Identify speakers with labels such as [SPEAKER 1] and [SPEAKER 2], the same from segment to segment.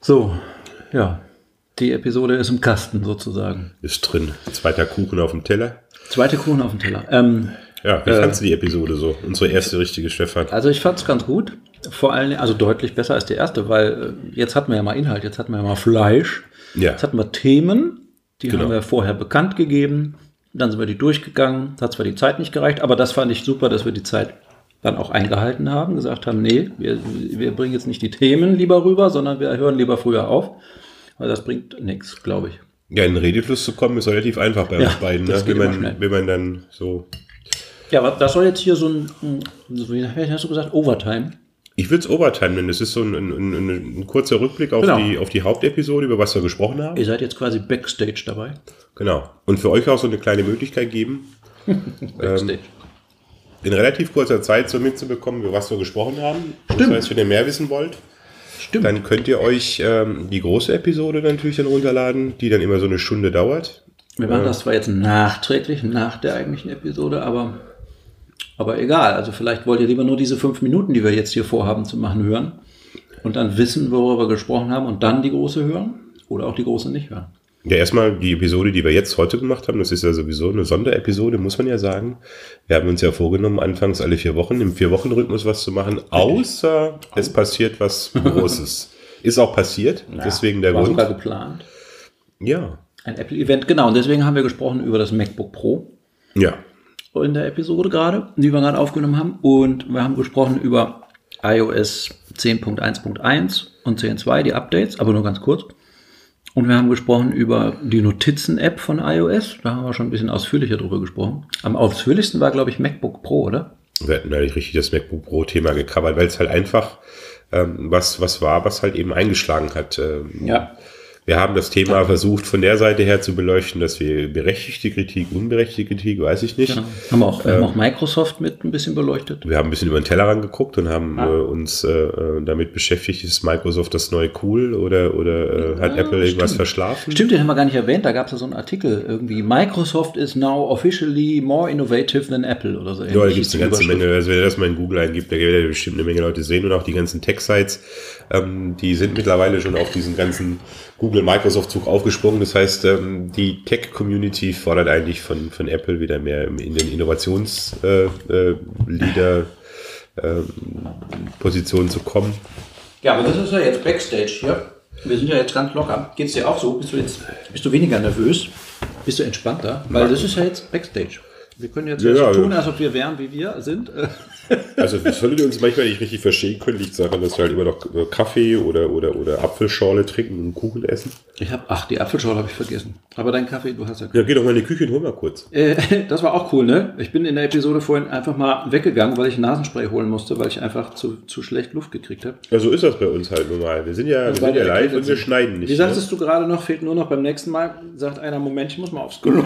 [SPEAKER 1] So, ja. Die Episode ist im Kasten sozusagen.
[SPEAKER 2] Ist drin. Zweiter Kuchen auf dem Teller.
[SPEAKER 1] Zweite Kuchen auf dem Teller. Ähm,
[SPEAKER 2] Ja, wie fandst du die Episode so? Unsere erste richtige Stefan.
[SPEAKER 1] also ich fand es ganz gut. Vor allem, also deutlich besser als die erste, weil äh, jetzt hatten wir ja mal Inhalt, jetzt hatten wir ja mal Fleisch.
[SPEAKER 2] Ja.
[SPEAKER 1] Jetzt hatten wir Themen, die
[SPEAKER 2] Genau.
[SPEAKER 1] haben wir vorher bekannt gegeben. Dann sind wir die durchgegangen. Hat zwar die Zeit nicht gereicht, aber das fand ich super, dass wir die Zeit dann auch eingehalten haben. Gesagt haben, nee, wir, wir bringen jetzt nicht die Themen lieber rüber, sondern wir hören lieber früher auf. Weil das bringt nichts, glaube ich.
[SPEAKER 2] Ja, in den Redefluss zu kommen ist relativ einfach bei
[SPEAKER 1] Ja,
[SPEAKER 2] uns beiden,
[SPEAKER 1] das
[SPEAKER 2] ne?
[SPEAKER 1] geht
[SPEAKER 2] wenn,
[SPEAKER 1] immer schnell.
[SPEAKER 2] man, wenn man dann so.
[SPEAKER 1] Ja, aber das soll jetzt hier so ein, ein- so wie hast du gesagt, Overtime.
[SPEAKER 2] Ich würde es Overtime nennen. Das ist so ein, ein, ein, ein kurzer Rückblick auf,
[SPEAKER 1] Genau.
[SPEAKER 2] die, auf die Hauptepisode, über was wir gesprochen haben.
[SPEAKER 1] Ihr seid jetzt quasi Backstage dabei.
[SPEAKER 2] Genau. Und für euch auch so eine kleine Möglichkeit geben, ähm,
[SPEAKER 1] Backstage.
[SPEAKER 2] in relativ kurzer Zeit so mitzubekommen, über was wir gesprochen haben.
[SPEAKER 1] Stimmt.
[SPEAKER 2] Das heißt, wenn ihr mehr wissen wollt,
[SPEAKER 1] Stimmt.
[SPEAKER 2] dann könnt ihr euch ähm, die große Episode natürlich dann runterladen, die dann immer so eine Stunde dauert.
[SPEAKER 1] wir machen das zwar jetzt nachträglich, nach der eigentlichen Episode, aber, aber egal. Also vielleicht wollt ihr lieber nur diese fünf Minuten, die wir jetzt hier vorhaben zu machen, hören. Und dann wissen, worüber wir gesprochen haben und dann die große hören oder auch die große nicht hören.
[SPEAKER 2] Ja, erstmal die Episode, die wir jetzt heute gemacht haben, das ist ja sowieso eine Sonderepisode, muss man ja sagen. Wir haben uns ja vorgenommen, anfangs alle vier Wochen im Vier-Wochen-Rhythmus was zu machen, außer es passiert was Großes. ist auch passiert, deswegen der
[SPEAKER 1] War
[SPEAKER 2] Grund.
[SPEAKER 1] sogar geplant.
[SPEAKER 2] Ja.
[SPEAKER 1] Ein Apple-Event, genau. Und deswegen haben wir gesprochen über das MacBook Pro.
[SPEAKER 2] Ja.
[SPEAKER 1] in der Episode gerade, die wir gerade aufgenommen haben. Und wir haben gesprochen über iOS 10.1.1 und 10.2, die Updates, aber nur ganz kurz. Und wir haben gesprochen über die Notizen-App von iOS. Da haben wir schon ein bisschen ausführlicher drüber gesprochen. Am ausführlichsten war, glaube ich, MacBook Pro, oder?
[SPEAKER 2] Wir hatten natürlich richtig das MacBook Pro-Thema gecovert, weil es halt einfach ähm, was, was war, was halt eben eingeschlagen hat. Ähm,
[SPEAKER 1] Ja.
[SPEAKER 2] Wir haben das Thema versucht, von der Seite her zu beleuchten, dass wir berechtigte Kritik, unberechtigte Kritik, weiß ich nicht.
[SPEAKER 1] Genau. Haben wir auch,
[SPEAKER 2] Ähm.
[SPEAKER 1] wir haben auch Microsoft mit ein bisschen beleuchtet.
[SPEAKER 2] Wir haben ein bisschen über den Tellerrand geguckt und haben
[SPEAKER 1] Ah.
[SPEAKER 2] äh, uns äh, äh, damit beschäftigt, ist Microsoft das neue Cool oder, oder äh, hat
[SPEAKER 1] Ja,
[SPEAKER 2] Apple irgendwas
[SPEAKER 1] stimmt.
[SPEAKER 2] verschlafen?
[SPEAKER 1] Stimmt, den haben wir gar nicht erwähnt. Da gab es ja so einen Artikel irgendwie. Microsoft is now officially more innovative than Apple oder so.
[SPEAKER 2] Ja, da
[SPEAKER 1] ähnlich
[SPEAKER 2] gibt es
[SPEAKER 1] ist die
[SPEAKER 2] eine ganze
[SPEAKER 1] Überschrift.
[SPEAKER 2] Menge, also wenn ihr das mal in Google eingibt, da werdet ihr bestimmt eine Menge Leute sehen und auch die ganzen Tech-Sites, ähm, die sind mittlerweile schon auf diesen ganzen Google-Microsoft-Zug aufgesprungen. Das heißt, ähm, die Tech-Community fordert eigentlich von, von Apple wieder mehr im- in den Innovationsleader äh, Leader, ähm, Positionen zu kommen.
[SPEAKER 1] Ja, aber das ist ja jetzt Backstage hier. Wir sind ja jetzt ganz locker. Geht's dir auch so? Bist du jetzt bist du weniger nervös? Bist du entspannter? Weil das ist ja jetzt Backstage. Wir können jetzt
[SPEAKER 2] Ja,
[SPEAKER 1] so
[SPEAKER 2] ja,
[SPEAKER 1] tun,
[SPEAKER 2] ja.
[SPEAKER 1] als ob wir wären, wie wir sind. Äh,
[SPEAKER 2] Also das solltet ihr uns manchmal nicht richtig verstehen können, liegt daran, dass wir halt immer noch äh, Kaffee oder, oder, oder Apfelschorle trinken und Kuchen essen.
[SPEAKER 1] Ich habe ach, die Apfelschorle habe ich vergessen. Aber dein Kaffee, du hast ja.
[SPEAKER 2] Ja, geh doch mal in die Küche und hol mal kurz.
[SPEAKER 1] Äh, das war auch cool, ne? Ich bin in der Episode vorhin einfach mal weggegangen, weil ich Nasenspray holen musste, weil ich einfach zu, zu schlecht Luft gekriegt habe.
[SPEAKER 2] Ja, so ist das bei uns halt normal. Wir sind ja, wir sind ja live und wir schneiden nicht.
[SPEAKER 1] Wie
[SPEAKER 2] ne?
[SPEAKER 1] sagtest du gerade noch, fehlt nur noch beim nächsten Mal, sagt einer, Moment, ich muss mal aufs Klo.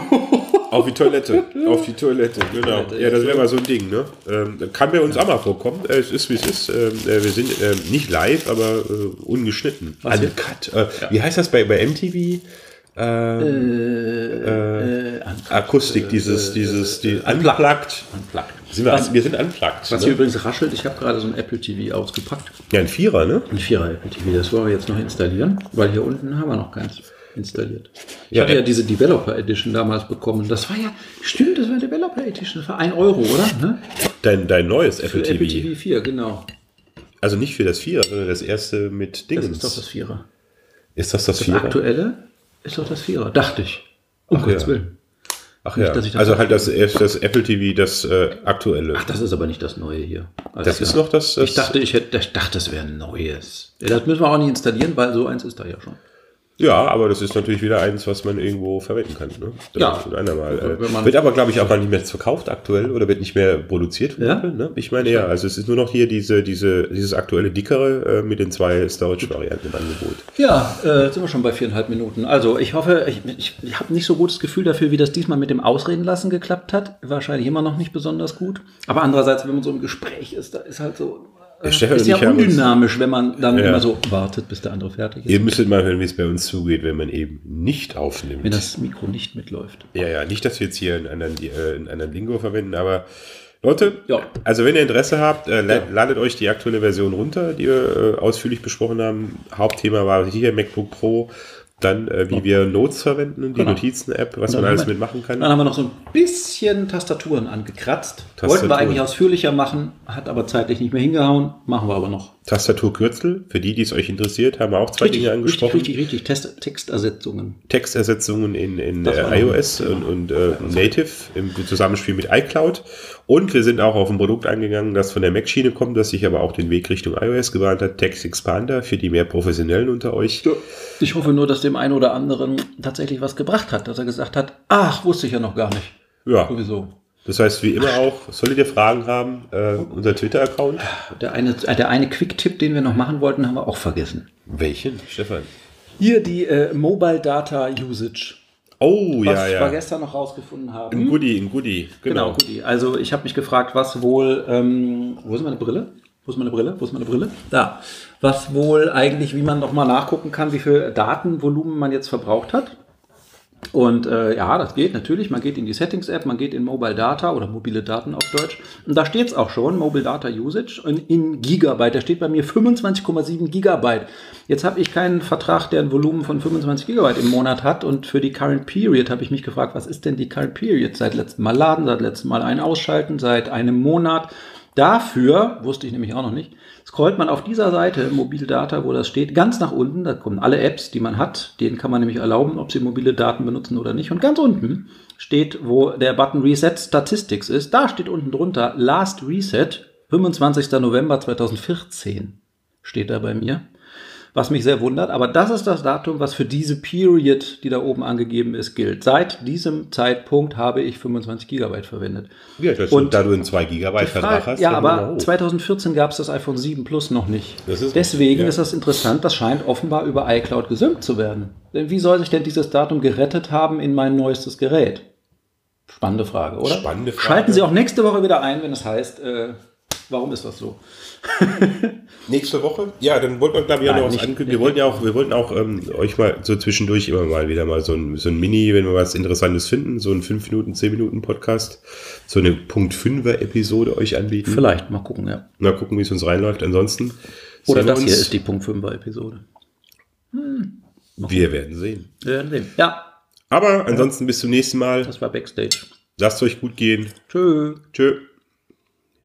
[SPEAKER 2] Auf die Toilette. Auf die Toilette, genau.
[SPEAKER 1] Toilette,
[SPEAKER 2] Ja, das
[SPEAKER 1] ja.
[SPEAKER 2] wäre mal so ein Ding, ne? Ähm, kann bei uns auch mal vorkommen. Äh, Es ist, wie es ist. Ähm, äh, wir sind ähm, nicht live, aber äh, ungeschnitten.
[SPEAKER 1] Was hier?
[SPEAKER 2] Uncut. Äh, Wie heißt das bei, bei MTV?
[SPEAKER 1] äh, äh,
[SPEAKER 2] Ähm, Akustik, dieses, dieses, die, unplugged.
[SPEAKER 1] unplugged.
[SPEAKER 2] Sind wir,
[SPEAKER 1] Was-
[SPEAKER 2] an, wir sind unplugged.
[SPEAKER 1] Was hier
[SPEAKER 2] ne?
[SPEAKER 1] übrigens raschelt, ich habe gerade so ein Apple TV ausgepackt.
[SPEAKER 2] Ja, ein Vierer, ne?
[SPEAKER 1] Ein Vierer Apple TV, das wollen wir jetzt noch installieren, weil hier unten haben wir noch keins installiert. Ich
[SPEAKER 2] Ja, äh,
[SPEAKER 1] hatte ja
[SPEAKER 2] App-
[SPEAKER 1] diese Developer Edition damals bekommen. Das war ja, stimmt, das war Developer Edition. Das war 1 Euro, oder? Ne?
[SPEAKER 2] Dein, dein neues
[SPEAKER 1] Für
[SPEAKER 2] Apple,
[SPEAKER 1] Apple
[SPEAKER 2] TV.
[SPEAKER 1] TV 4, genau.
[SPEAKER 2] Also nicht für das Vierer, sondern das erste mit
[SPEAKER 1] Das
[SPEAKER 2] Dingens.
[SPEAKER 1] ist doch das Vierer.
[SPEAKER 2] Ist das das,
[SPEAKER 1] Das
[SPEAKER 2] Vierer?
[SPEAKER 1] aktuelle ist doch das Vierer, dachte ich. Um
[SPEAKER 2] Ach
[SPEAKER 1] Gottes
[SPEAKER 2] ja.
[SPEAKER 1] Willen.
[SPEAKER 2] Ach
[SPEAKER 1] nicht,
[SPEAKER 2] ja.
[SPEAKER 1] dass ich das
[SPEAKER 2] also halt das, das Apple TV, das äh, aktuelle.
[SPEAKER 1] Ach, das ist aber nicht das Neue hier. Alles
[SPEAKER 2] Das ist noch das- das-
[SPEAKER 1] ich dachte, ich hätte, ich dachte, das wäre ein Neues. Ja, das müssen wir auch nicht installieren, weil so eins ist da ja schon.
[SPEAKER 2] Ja, aber das ist natürlich wieder eins, was man irgendwo verwenden kann. Ne? Das
[SPEAKER 1] Ja.
[SPEAKER 2] ist Schon einmal. Äh,
[SPEAKER 1] Wenn man-
[SPEAKER 2] wird aber, glaube ich, auch gar nicht mehr verkauft aktuell oder wird nicht mehr produziert. von
[SPEAKER 1] Ja?
[SPEAKER 2] Apple, Ne? Ich meine, ja, also es ist nur noch hier diese, diese, dieses aktuelle dickere äh, mit den zwei Storage-Varianten im Angebot.
[SPEAKER 1] Ja, äh, jetzt sind wir schon bei viereinhalb Minuten. Also ich hoffe, ich, ich, ich habe nicht so gutes Gefühl dafür, wie das diesmal mit dem Ausreden lassen geklappt hat. Wahrscheinlich immer noch nicht besonders gut. Aber andererseits, wenn man so im Gespräch ist, da ist halt so... Äh,
[SPEAKER 2] Ja, Stefan
[SPEAKER 1] ist
[SPEAKER 2] und
[SPEAKER 1] ja
[SPEAKER 2] ich haben uns-
[SPEAKER 1] undynamisch, wenn man dann
[SPEAKER 2] Ja.
[SPEAKER 1] immer so wartet, bis der andere fertig ist.
[SPEAKER 2] Ihr müsstet mal hören, wie es bei uns zugeht, wenn man eben nicht aufnimmt.
[SPEAKER 1] Wenn das Mikro nicht mitläuft.
[SPEAKER 2] ja, ja, nicht, dass wir jetzt hier einen anderen, äh, einen anderen Lingo verwenden, aber Leute,
[SPEAKER 1] Ja.
[SPEAKER 2] also wenn ihr Interesse habt, äh, la-
[SPEAKER 1] Ja.
[SPEAKER 2] ladet euch die aktuelle Version runter, die wir äh, ausführlich besprochen haben. Hauptthema war hier MacBook Pro, dann äh, wie wir Notes verwenden, die
[SPEAKER 1] Genau.
[SPEAKER 2] Notizen-App, was
[SPEAKER 1] Und
[SPEAKER 2] man
[SPEAKER 1] dann
[SPEAKER 2] alles
[SPEAKER 1] haben wir- Ah.
[SPEAKER 2] mitmachen kann.
[SPEAKER 1] Dann haben wir noch so ein bisschen Tastaturen angekratzt. Wollten wir
[SPEAKER 2] Tastaturen.
[SPEAKER 1] eigentlich ausführlicher machen, hat aber zeitlich nicht mehr hingehauen. Machen wir aber noch.
[SPEAKER 2] Tastaturkürzel, für die, die es euch interessiert, haben wir auch zwei Dinge
[SPEAKER 1] richtig,
[SPEAKER 2] angesprochen.
[SPEAKER 1] richtig, richtig. Test Textersetzungen.
[SPEAKER 2] Textersetzungen in, in
[SPEAKER 1] Das war noch
[SPEAKER 2] äh, iOS und, und äh, Native im Zusammenspiel mit iCloud. Und wir sind auch auf ein Produkt eingegangen, das von der Mac-Schiene kommt, das sich aber auch den Weg Richtung iOS gebahnt hat. Text Expander für die mehr Professionellen unter euch.
[SPEAKER 1] Ich hoffe nur, dass dem einen oder anderen tatsächlich was gebracht hat, dass er gesagt hat, ach, wusste ich ja noch gar nicht.
[SPEAKER 2] Ja,
[SPEAKER 1] Sowieso.
[SPEAKER 2] das heißt wie immer auch, solltet ihr Fragen haben, äh, unser Twitter-Account.
[SPEAKER 1] Der eine, äh, der eine Quick-Tipp, den wir noch machen wollten, haben wir auch vergessen.
[SPEAKER 2] Welchen, Stefan?
[SPEAKER 1] Hier die äh, Mobile Data Usage,
[SPEAKER 2] Oh,
[SPEAKER 1] was
[SPEAKER 2] ja,
[SPEAKER 1] wir
[SPEAKER 2] ja.
[SPEAKER 1] gestern noch rausgefunden haben.
[SPEAKER 2] Ein Goodie, ein Goodie. Genau.
[SPEAKER 1] Genau. Goodie. Also ich habe mich gefragt, was wohl, ähm, wo ist meine Brille? Wo ist meine Brille? Wo ist meine Brille? Da. Was wohl eigentlich, wie man nochmal nachgucken kann, wie viel Datenvolumen man jetzt verbraucht hat. Und äh, ja, das geht natürlich. Man geht in die Settings-App, man geht in Mobile Data oder mobile Daten auf Deutsch. Und da steht es auch schon, Mobile Data Usage in, in Gigabyte. Da steht bei mir 25,7 Gigabyte. Jetzt habe ich keinen Vertrag, der ein Volumen von 25 Gigabyte im Monat hat. Und für die Current Period habe ich mich gefragt, was ist denn die Current Period? Seit letztem Mal laden, seit letztem Mal ein Ausschalten, seit einem Monat. Dafür, wusste ich nämlich auch noch nicht, scrollt man auf dieser Seite mobile Data, wo das steht, ganz nach unten, da kommen alle Apps, die man hat, denen kann man nämlich erlauben, ob sie mobile Daten benutzen oder nicht. Und ganz unten steht, wo der Button Reset Statistics ist, da steht unten drunter Last Reset, 25. November 2014 steht da bei mir. Was mich sehr wundert, aber das ist das Datum, was für diese Period, die da oben angegeben ist, gilt. Seit diesem Zeitpunkt habe ich 25 Gigabyte verwendet.
[SPEAKER 2] Ja, das-
[SPEAKER 1] Und-
[SPEAKER 2] da du einen 2 Gigabyte Vertrag
[SPEAKER 1] Frage-
[SPEAKER 2] hast,
[SPEAKER 1] ja,
[SPEAKER 2] dann genau.
[SPEAKER 1] aber
[SPEAKER 2] hoch.
[SPEAKER 1] 2014 gab es das iPhone 7 Plus noch nicht.
[SPEAKER 2] Das ist
[SPEAKER 1] Deswegen
[SPEAKER 2] richtig, ja.
[SPEAKER 1] ist das interessant, das scheint offenbar über iCloud gesynkt zu werden. Denn wie soll sich denn dieses Datum gerettet haben in mein neuestes Gerät? Spannende Frage, oder?
[SPEAKER 2] Spannende Frage.
[SPEAKER 1] Schalten Sie auch nächste Woche wieder ein, wenn es heißt, äh, warum ist das so?
[SPEAKER 2] Nächste Woche? Ja, dann wollten wir, glaube ich, auch
[SPEAKER 1] Nein,
[SPEAKER 2] noch was
[SPEAKER 1] nicht-
[SPEAKER 2] ankündigen. Wir wollten ja auch, wir wollten auch ähm, euch mal so zwischendurch immer mal wieder mal so ein, so ein Mini, wenn wir was Interessantes finden, so ein 5-Minuten, 10-Minuten-Podcast, so eine Punkt 5er-Episode euch anbieten.
[SPEAKER 1] Vielleicht, mal gucken, ja.
[SPEAKER 2] Mal gucken, wie es uns reinläuft. Ansonsten.
[SPEAKER 1] Oder
[SPEAKER 2] sehen
[SPEAKER 1] das
[SPEAKER 2] wir
[SPEAKER 1] hier
[SPEAKER 2] uns-
[SPEAKER 1] ist die Punkt 5er Episode.
[SPEAKER 2] Wir werden sehen.
[SPEAKER 1] Wir werden sehen. Ja,
[SPEAKER 2] Aber ansonsten bis zum nächsten Mal.
[SPEAKER 1] das war Backstage.
[SPEAKER 2] Lasst euch gut gehen.
[SPEAKER 1] Tschüss.
[SPEAKER 2] Tschö.